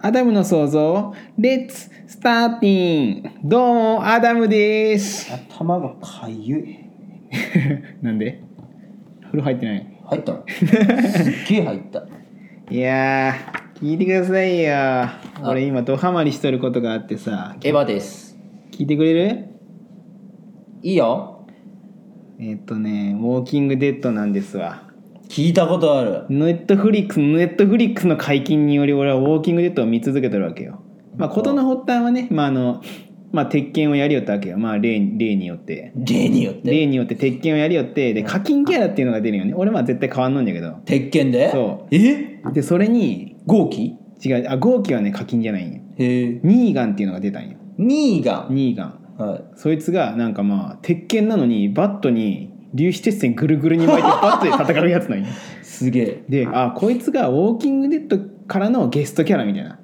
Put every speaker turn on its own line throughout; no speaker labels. アダムの創造、レッツスターティンどうも、アダムです。
頭がかゆい
なんで風呂入ってない
入ったのすっげえ入った
いやー、聞いてくださいよ。
あ
俺今、ドハマりしとることがあってさ、
エヴァです
聞いてくれる
いいよ
えっとね、ウォーキングデッドなんですわ。
聞いたことある
ネットフリックス、ネットフリックスの解禁により俺はウォーキングデッドを見続けてるわけよ。まあ、事の発端はね、まあ、あの、まあ、鉄拳をやりよったわけよ。まあ、例に例によって。
例によって
例によって鉄拳をやりよってで課金キャラっていうのが出るよね俺は絶対変わんないんだけど
鉄拳で
そう
え
でそれに
豪気
違うあ豪輝はね課金じゃないんよ
へえ
ニーガンっていうのが出たんよ
2位が
ニーガン
は
そいつがなんかまあ鉄拳なのにバットに粒子鉄線ぐるぐるに 巻いてバットで戦うやつなんよ
いすげえ
であこいつがウォーキングデッドからのゲストキャラみたいな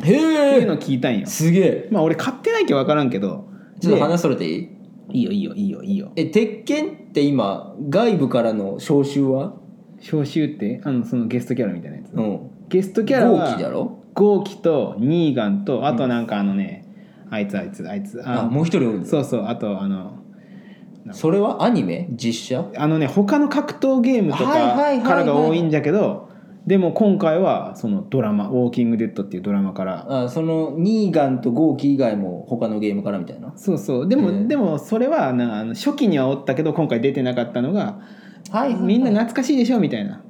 っ
へ
ていうのを聞いたんよ
すげえ
まあ俺買ってないけ分からんけど
ちょっと
で
話それていい
いいよいいよいいよいいよ
え鉄拳って今外部からの招集は
召集ってあのそのゲストキャラみたいなやつ
うん
ゲストキャラ
豪
は
気だろ
ゴーキとニーガンとあとなんかあのね、あいつあいつあいつ
あもう一人おるんだ
そうそうあとあの
それはアニメ実写
あのね他の格闘ゲームと
はいはいはいは
か
い
からが多いんじゃけどでも今回はそのドラマ「ウォーキングデッド」っていうドラマから
あそのニーガンとゴーキ以外も他のゲームからみたいな
そうそうでも、
へえ
でもそれはなあの初期にはおったけど今回出てなかったのが、
はい
みんな懐かしいでしょみたいな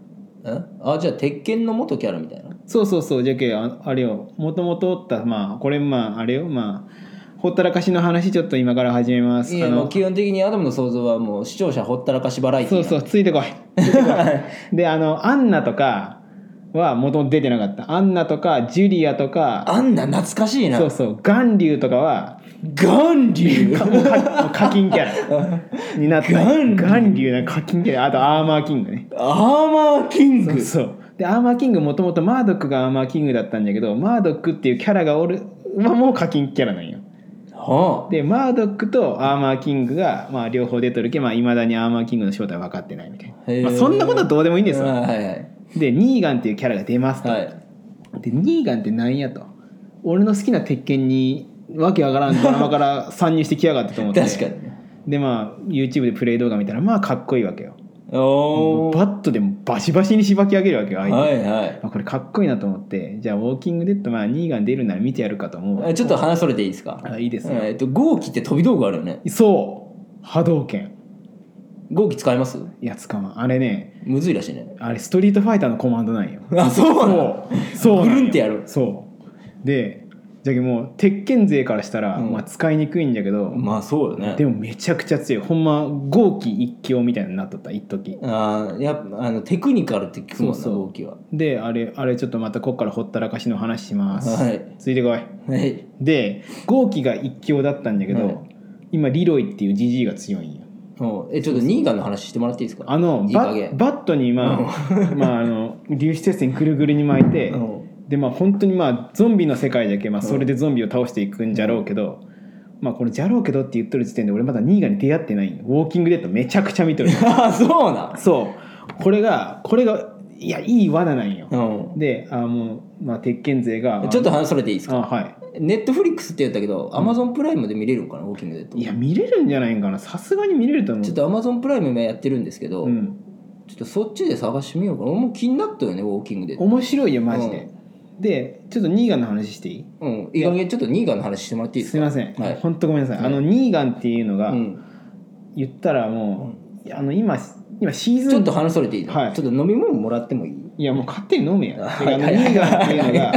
あじゃあ鉄拳の元キャラみたいな
そうそうそうじゃけああれよもともとおったまあこれまああれよまあほったらかしの話ちょっと今から始めます
い
あ
やもう
の
基本的にアダムの想像はもう視聴者ほったらかしバラエテ
そ
ィ
う
ー
そううついてこいであのアンナとかはもともと出てなかったアンナとかジュリアとか
あんな懐かしいな
そうそうガンリュウとかは
ガンリュ
もうかもう課金キャ ラになった
ガンリュウ
ガンリュウな課金キャラあとアーマーキングね
アーマーキン
そう
グ
そうでアーマーキングもともとマードックがアーマーキングだったんだけどマードックっていうキャラがおるはもう課金キャラなんよ
は
でマードックとアーマーキングが、まあ、両方出とるけまあ、未だにアーマーキングの正体は分かってないみたい
へえ
な、まあ、そんなことはどうでもいいん
あ
ですよ
はいはいはい
でニーガンっていうキャラが出ますと、
はい
でニーガンってなんやと俺の好きな鉄拳にわけわからんドラマから参入してきやがってと思って
確かに
でまあ YouTube でプレイ動画見たらまあかっこいいわけよ
おお
バットでもバシバシにしばき上げるわけよ相手、
はいはい
あこれかっこいいなと思ってじゃあウォーキングデッドまあニーガン出るなら見てやるかと思う
あちょっと話それていいですか
あいいですよ
えっとゴーキって飛び道具あるよね
そう波動拳
ゴーキ使います
いやつかまんあれね
むずいらしいね
あれストリートファイターのコマンドなんよ
あそうなの
そうそうなんよ
ぐるんってやる
そうでじゃけもう鉄拳勢からしたら、
うん
まあ、使いにくいんだけど、
まあそうよね
でもめちゃくちゃ強いほんま豪気一強みたいになっとった一時
あーやっぱあのテクニカルって聞くもん
そう
な
そう
ゴーキは
であれあれちょっとまたこっからほったらかしの話します、
はい
ついてこい
はい
で豪気が一強だったんだけど、
はい
今リロイっていうジジイが強いんよ
うんえちょっとニーガンの話してもらっていいですか
あの
いい
バ
加減
バットにまあまああの粒子鉄線ぐるぐるに巻いて、
うん
でまあ本当にまあゾンビの世界だけ、まあ、それでゾンビを倒していくんじゃろうけど、まあこの「じゃろうけど」って言っとる時点で俺まだニーガに出会ってないんよウォーキングデッドめちゃくちゃ見とる
あ そうな
そうこれがこれがいやいい罠なんよ、
ん、
であもう、まあ、鉄拳勢が
うん、ちょっと話それていいです
あ
か
は
ネットフリックスって言ったけどアマゾンプライムで見れるんかなウォーキングデッド
いいや見れるんじゃないんかなさすがに見れると思う
ちょっとアマゾンプライム今やってるんですけど、
うん、
ちょっとそっちで探してみようかな俺も気になったよねウォーキングデッド
面白いよマジで、でちょっとニーガンの話していい
うんいい加減ちょっとニーガンの話してもらっていいです
す
か
いません、
はい
本当ごめんなさい、
はい
あのニーガンっていうのが、
うん、
言ったらもう、あの今今シーズン
ちょっと話それていいの、
はい
ちょっと飲み物もらってもいい
いやもう勝手に飲めや。
あ
てかあの
はい
ニーガンっていうのが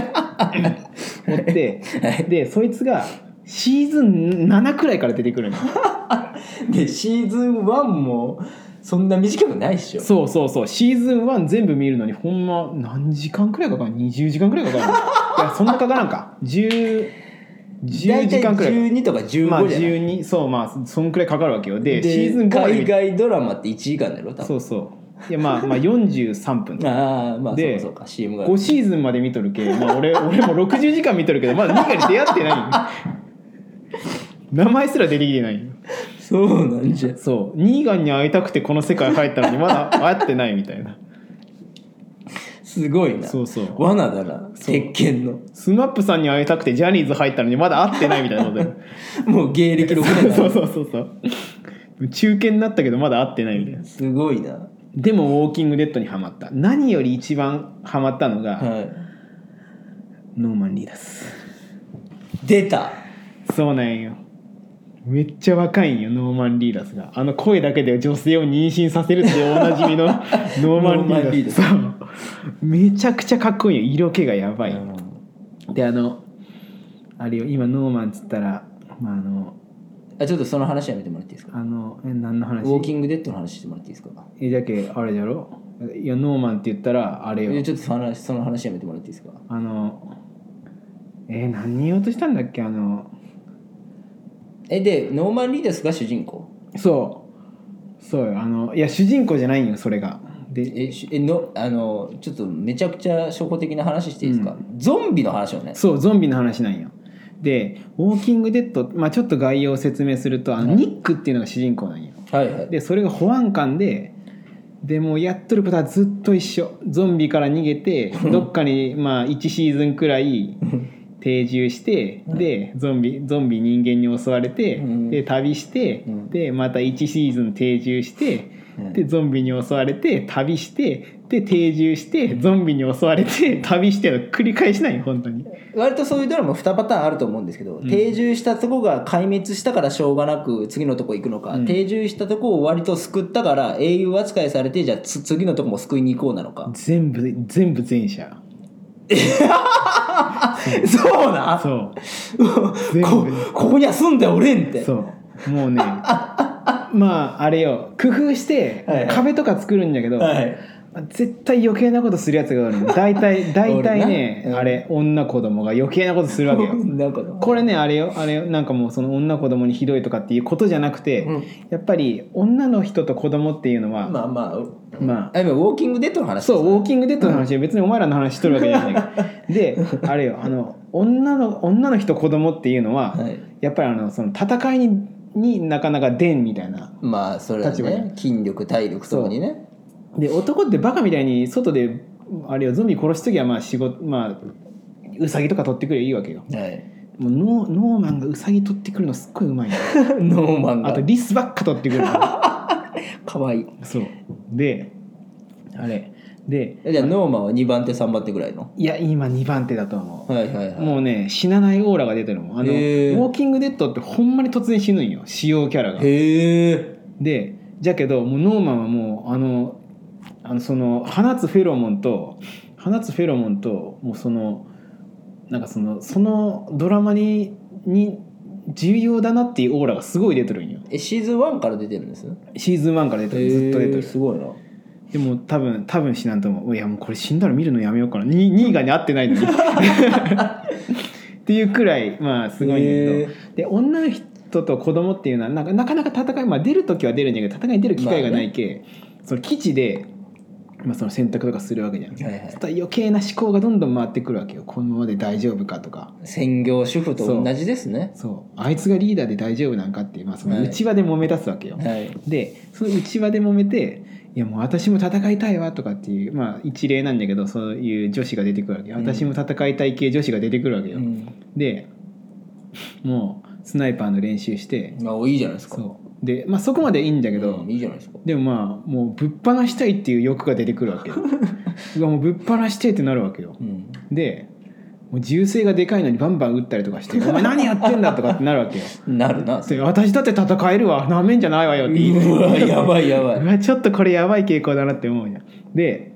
おってでそいつがシーズン7くらいから出てくるの
でシーズン1もそんな短くないっしょ
そうそうそうシーズン1全部見るのにほんま何時間くらいかかる20時間くらいかかる のいやそんなかからんか10 10時間くらい
12とか15じゃ
ま
な
あ
い、
12そうまあそんくらいかかるわけよで
で
シーズン5まで見
海外ドラマって1時間だろ多分
そうそういやまあまあ43分
ああまあそう
で
かそうか CM が
5シーズンまで見とるけ、まあ、俺 俺も60時間見とるけどまだニーガに出会ってないんよ名前すら出てきてないんよ
そうなんじゃ
そうニーガンに会いたくてこの世界入ったのにまだ会ってないみたいな
すごいな
そうそう
罠だな
そう
鉄拳の
スマップさんに会いたくてジャニーズ入ったのにまだ会ってないみたいなことで
もう芸歴6年だ
そうそうそうそう中堅になったけどまだ会ってないみたいな
すごいな
でもウォーキングデッドにはまった何より一番ハマったのが、
は
ノーマン・リーダス
い出た
そうなんよめっちゃ若いんよノーマン・リーダスがあの声だけで女性を妊娠させるっておなじ みのノーマン・リー
ノーマ
ダス
ンリーダス
そうめちゃくちゃかっこいいよ色気がやばい、
うん
であのあれよ今ノーマンっつったら、まあ、あの
あちょっとその話やめてもらっていいですか
あのえ何の話
ウォーキングデッドの話してもらっていいですか
えじゃけあれだろいやノーマンって言ったらあれ
いや
よ
ちょっとその話その話やめてもらっていいですか
あのえ何言おうとしたんだっけあの
えでノーマン・リーダスが主人公
そうそうよあのいや主人公じゃないんよそれがで
えしえのあのちょっとめちゃくちゃ初歩的な話していいですか、ゾンビの話をね
そうゾンビの話なんよで「ウォーキングデッド」まあ、ちょっと概要を説明するとあの
はい
ニックっていうのが主人公なんよ
はいはい
でそれが保安官ででもうやっとることはずっと一緒ゾンビから逃げ てどっかにまあ1シーズンくらい定住してでゾンビゾンビ人間に襲われて
うん
で旅して
うん
でまた1シーズン定住して
うん
でゾンビに襲われて旅してで定住してゾンビに襲われて旅しての繰り返しない本当に
割とそういうドラマ2パターンあると思うんですけど、
ん
定住したとこが壊滅したからしょうがなく次のとこ行くのか、
うん
定住したとこを割と救ったから英雄扱いされてじゃあつ次のとこも救いに行こうなのか、
全部全部前者
そうな
そう全
こ
部
ここには住んでおれんって
そうもう ねまああれよ工夫して
はいはい
壁とか作るんだけど、
はい
絶対余計なことするやつがおるの大 体大体ね
おるな
あれ女子供が余計なことするわけよ
なんかな
これねあれよあれよなんかもうその女子供にひどいとかっていうことじゃなくて、
うん
やっぱり女の人と子供っていうのは、
まあまあ
ま
あ今ウォーキングデッドの話
そうウォーキングデッドの話で別にお前らの話しとるわけじゃ ないであれよあの女の女の人子供っていうのは、
はい
やっぱりあのその戦いにになかなか出んみたいな
まあそれは
立場
ね
に
筋力体力ともにね
で男ってバカみたいに外であれよゾンビ殺す時はまあ仕事まあウサギとか取ってくればいいわけよ
はい
もうノーノーマンがウサギ取ってくるのすっごいうまいの
ノーマン
あ
が
とリスばっか取ってくる の
かわいい
そうであれで
えじゃあノーマンは2番手3番手ぐらいの
いや今2番手だと思う、
はいはいはい
もうね死なないオーラが出てるもんあのウ
へ
ォ
ー
ーキングデッドってほんまに突然死ぬんよ主要キャラが
へえ
でじゃけどもうノーマンはもうあのあのその放つフェロモンと放つフェロモンともうそのなんかそのそのドラマにに重要だなっていうオーラがすごい出てるんよ
えシーズン1から出てるんですずっ
シーズン1から出てるずっと出てる
すごいな
でも多分多分死なんと思ういやもうこれ死んだら見るのやめようかな 2, 2位がね合ってないのに っていうくらいまあすごいんだけど、
へ
で女の人と子供っていうのはなんかなかなか戦い、まあ、出る時は出るんだけど戦いに出る機会がないけ、その基地で、まあ、その選択とかするわけじゃん、
はいは
そ
い
したら余計な思考がどんどん回ってくるわけよこのままで大丈夫かとか
専業主婦と同じですね
そうあいつがリーダーで大丈夫なんかっていう、まあ、その
はい
内輪で揉め出すわけよ、
はい
でその内輪で揉めて「いやもう私も戦いたいわ」とかっていうまあ一例なんだけどそういう女子が出てくるわけよ
うん
私も戦いたい系女子が出てくるわけよ、
うん
でもうスナイパーの練習して
まあいいじゃないですか
そうでまあそこまでいいんだけど、
うんいいじゃないですか
でもまあもうぶっ放したいっていう欲が出てくるわけ ようわもうぶっ放してってなるわけよ
うん
でもう銃声がでかいのにバンバン撃ったりとかして「お前何やってんだ」とかってなるわけよ
なるな
で私だって戦えるわなめんじゃないわよって言いながら
うわやばい やばいう
わちょっとこれやばい傾向だなって思うじゃんで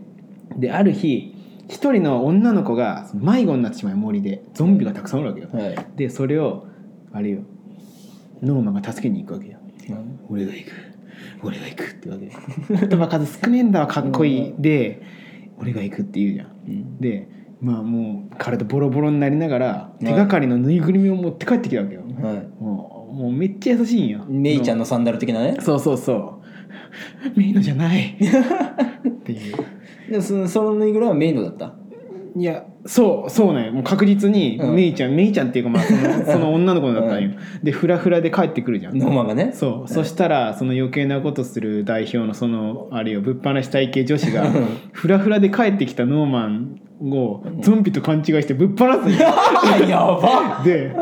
である日一人の女の子が迷子になってしまう森でゾンビがたくさんおるわけよ
はい
でそれをあれよノーマンが助けに行くわけよ俺が行く俺が行くってわけよ言葉数少ねえんだわかっこいいで俺が行くって言うじゃん
うん
でまあもう体ボロボロになりながら手がかりのぬいぐるみを持って帰ってきたわけよ
は
もうもうめっちゃ優しいんよ
いメイちゃんのサンダル的なね
そうそうそう。メイドじゃない。っていう。
でそのそのぬいぐるみはメイドだった
いや、そうそうねもう確実に
うん
メイちゃん、メイちゃんっていうかまあそ のその女の子だったんよ、でフラフラで帰ってくるじゃん
ノーマンがね
そう、そしたらその余計なことする代表のそのあれよぶっ放し体型女子が
うん
フラフラで帰ってきたノーマンをゾンビと勘違いしてぶっ放すんよ
やば
で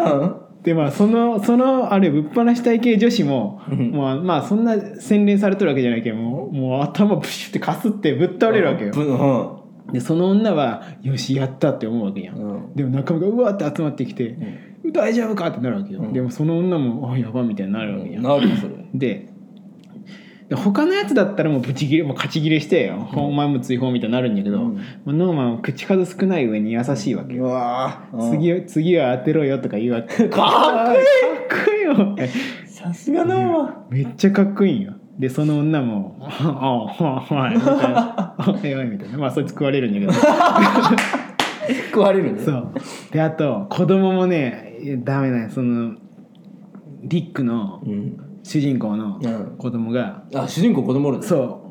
でまあそのそのあれぶっ放し体系女子も、
うん
まあ、まあそんな洗練されとるわけじゃないけどもうもう頭ブシュってかすってぶっ倒れるわけよ
よ
でその女はよしやったって思うわけやん、
うん
でも仲間がうわーって集まってきて、大丈夫かってなるわけよ、
うん
でもその女もあやばみたいになるわけやん、
なるよそれ
でで他のやつだったらもうブチギレもう勝ち切れして、お前も追放みたいになるんやけど、
うん
まあノーマンは口数少ない上に優しいわけよ、
わ
次は次は当てろよとか言うわけ
かっこ
い
い
いかっこいいよ
さすがノーマン
めっちゃかっこいいんよでその女 も「あああはい」みたいな「あやばい」みたいなまあそいつ食われるんだけど
食われるね
そうであと子供もねいやダメだよそのディックの
うん
主人公の
うん
子供が、
あ主人公子供おるね
そ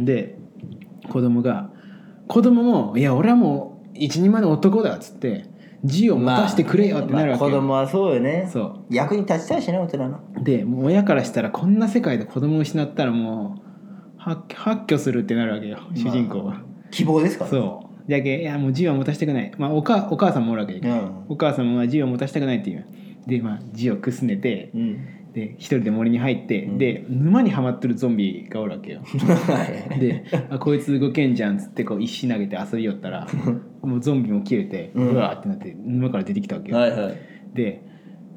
う で子供が子供も「いや俺はもう一人前の男だ」っつって字を持たせてくれよってなるわけよ、
まあ子供はそうよね
そう
役に立ちたいしね大人の
でもう親からしたらこんな世界で子供を失ったらもう発発狂するってなるわけよ主人公は、
希望ですから
そうじゃけいやもう銃は持たせたくない、まあ、おかお母さんもおるわけで、
うん
お母さんは銃を持たせたくないっていうでまあ銃をくすねて
うん
で一人で森に入って、
うん
で沼にはまってるゾンビがおるわけよ であこいつ動けんじゃんっつってこう石投げて遊びよったらもうゾンビも切れて
うん
うわーってなって沼から出てきたわけよ、
はいはい
で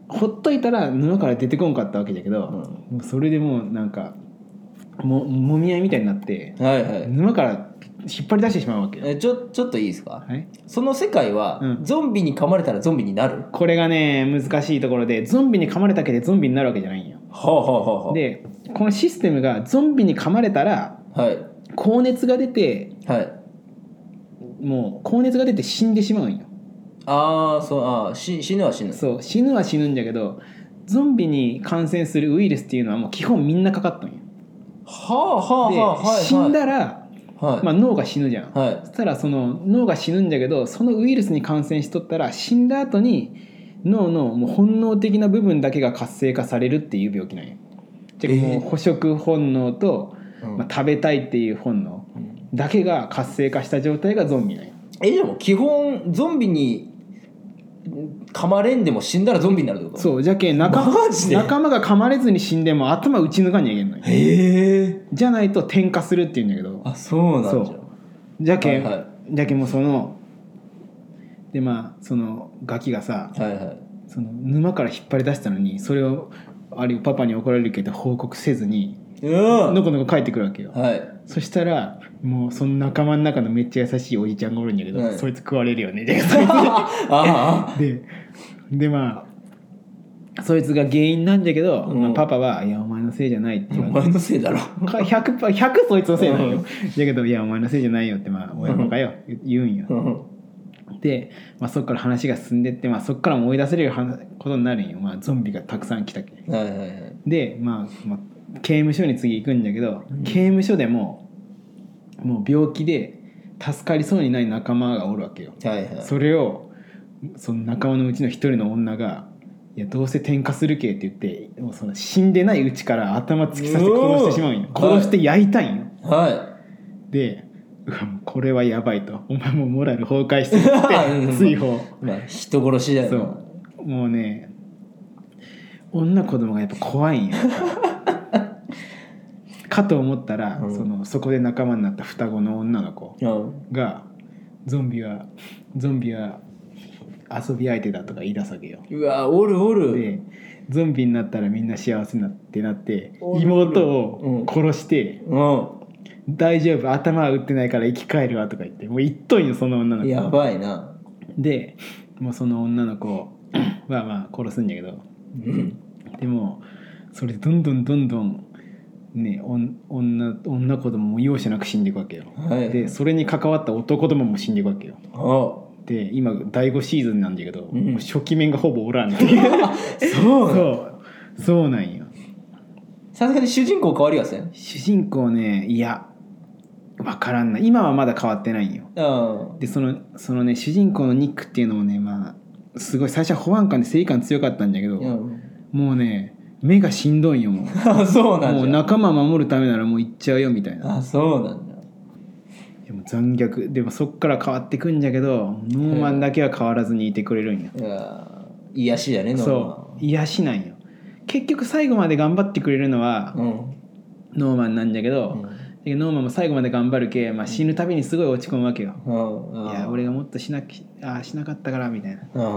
ほっといたら沼から出てこんかったわけだけど、もうそれでもうなんかももみ合いみたいになって
はいはい
沼から引っ張り出してしまうわけよ、
えちょちょっといいですか
はい、
その世界は
うん
ゾンビに噛まれたらゾンビになるは
これがね難しいところでゾンビに噛まれただけでゾンビになるわけじゃないんよ
あはあはあはあ
でこのシステムがゾンビに噛まれたら
はい
高熱が出て
はい
もう高熱が出て死んでしまうんよ
ああそうああし死ぬは死ぬ
そう死ぬは死ぬんだけどゾンビに感染するウイルスっていうのはもう基本みんなかかったんよ
はあはあ
で、
はあはいはい
死んだら、
はい、
まあ、脳が死ぬじゃん、
はい
そしたらその脳が死ぬんじゃけどそのウイルスに感染しとったら死んだ後に脳のもう本能的な部分だけが活性化されるっていう病気なんやじゃあ
えー
もう捕食本能と、
うん
まあ、食べたいっていう本能だけが活性化した状態がゾンビなんや
えでも基本ゾンビに噛まれんでも死んだらゾンビになるってことう
そうじゃけ仲
マジで
仲間が噛まれずに死んでも頭打ち抜かにゃいけんのよ
へえ
じゃないと転化するっていうんだけど
あそうなんじ
そ
ゃ
うじゃけ、
はいは
じゃけもうそのでまあそのガキがさ、
はいはい
その沼から引っ張り出したのにそれをあれよパパに怒られるけど報告せずに
うん
のこのこ帰ってくるわけよ
はい
そしたらもうその仲間の中のめっちゃ優しいおじちゃんがおるんやけど、
はい
そいつ食われるよねで そいつ
あ
ででまあそいつが原因なんだけど、
うん
まあパパは「いやお前のせいじゃない」って
あお
言われて
前のせいだろ
100%, 100そいつのせいなの
うん
よだけど「いやお前のせいじゃないよ」ってまあ親バかよ言うんよ
うん
で、まあ、そこから話が進んでって、まあ、そこからも追い出せれる話ことになるんよ、まあ、ゾンビがたくさん来たけ
はいはいはい
で、まあまあ、刑務所に次行くんだけど、
うん
刑務所でももう病気で助かりそうにない仲間がおるわけよ
はいはい
それをその仲間のうちの一人の女が「いやどうせ転化するけ」って言ってもうその死んでないうちから頭突き刺して殺してしまうんよ
うお
殺して焼いたいんよ、
は
でうわもうこれはやばいとお前もうモラル崩壊してるっ
う
て
ん
追放
いまあ人殺しだよ
そ
な
うもうね女子供がやっぱ怖いん やかと思ったら、
うん
そのそこで仲間になった双子の女の子
うん
がゾンビはゾンビは遊び相手だとか言い出すわけよ
うわおるおる
でゾンビになったらみんな幸せになってなって
おる
妹を殺して
う
「大丈夫頭は打ってないから生き返るわ」とか言ってもう言っとんよその女の
ん
子
やばいな
でもうその女の子はまあ殺すんだけど
うん
でもそれでどんどんどんどんねおん女女子供も容赦なく死んでいくわけよ
はい
でそれに関わった男どもも死んでいくわけよ
あそ
で今第5シーズンなんだけど、
ん
もう初期面がほぼおらんっていう
うなん
そうそうなんよ
さすがに主人公変わりはせん
主人公ねいや分からんな今はまだ変わってないんよ
うん
でそのそのね主人公のニックっていうのもねまあすごい最初は保安官で正義感強かったんだけど、
うん
もうね目がしんどいんよも
あ そう
う
な
もうん
だ
仲間守るためならもう行っちゃうよみたいな
あそうなんだ
でも残虐でもそっから変わってくんじゃけどノーマンだけは変わらずにいてくれるんや、
いやー癒しだねノルマ
そう癒やしなんよ結局最後まで頑張ってくれるのは
うん
ノーマンなんじゃけど、
うん
でノーマンも最後まで頑張るけ、まあ、死ぬたびにすごい落ち込むわけよ、
うん
いや俺がもっとしなきあしなかったからみたいな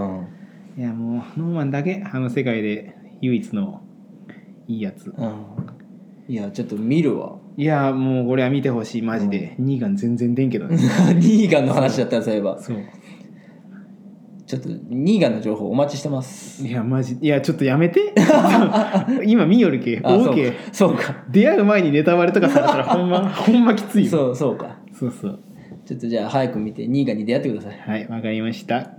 うん
いやもうノーマンだけあの世界で唯一のいいやつ
うんいやちょっと見るわ
いやもうこれは見てほしいマジで、ニーガン全然出んけど ね
ニーガンの話だったらそういえば
そう
ちょっとニーガンの情報お待ちしてます
いやマジいやちょっとやめて 今見よるけ
あそ
オー
う
ケー
かそうか
出会う前にネタバレとかされたらほん まほんまきついよ
そうそうか
そうそう
ちょっとじゃあ早く見てニーガンに出会ってください
はいわかりました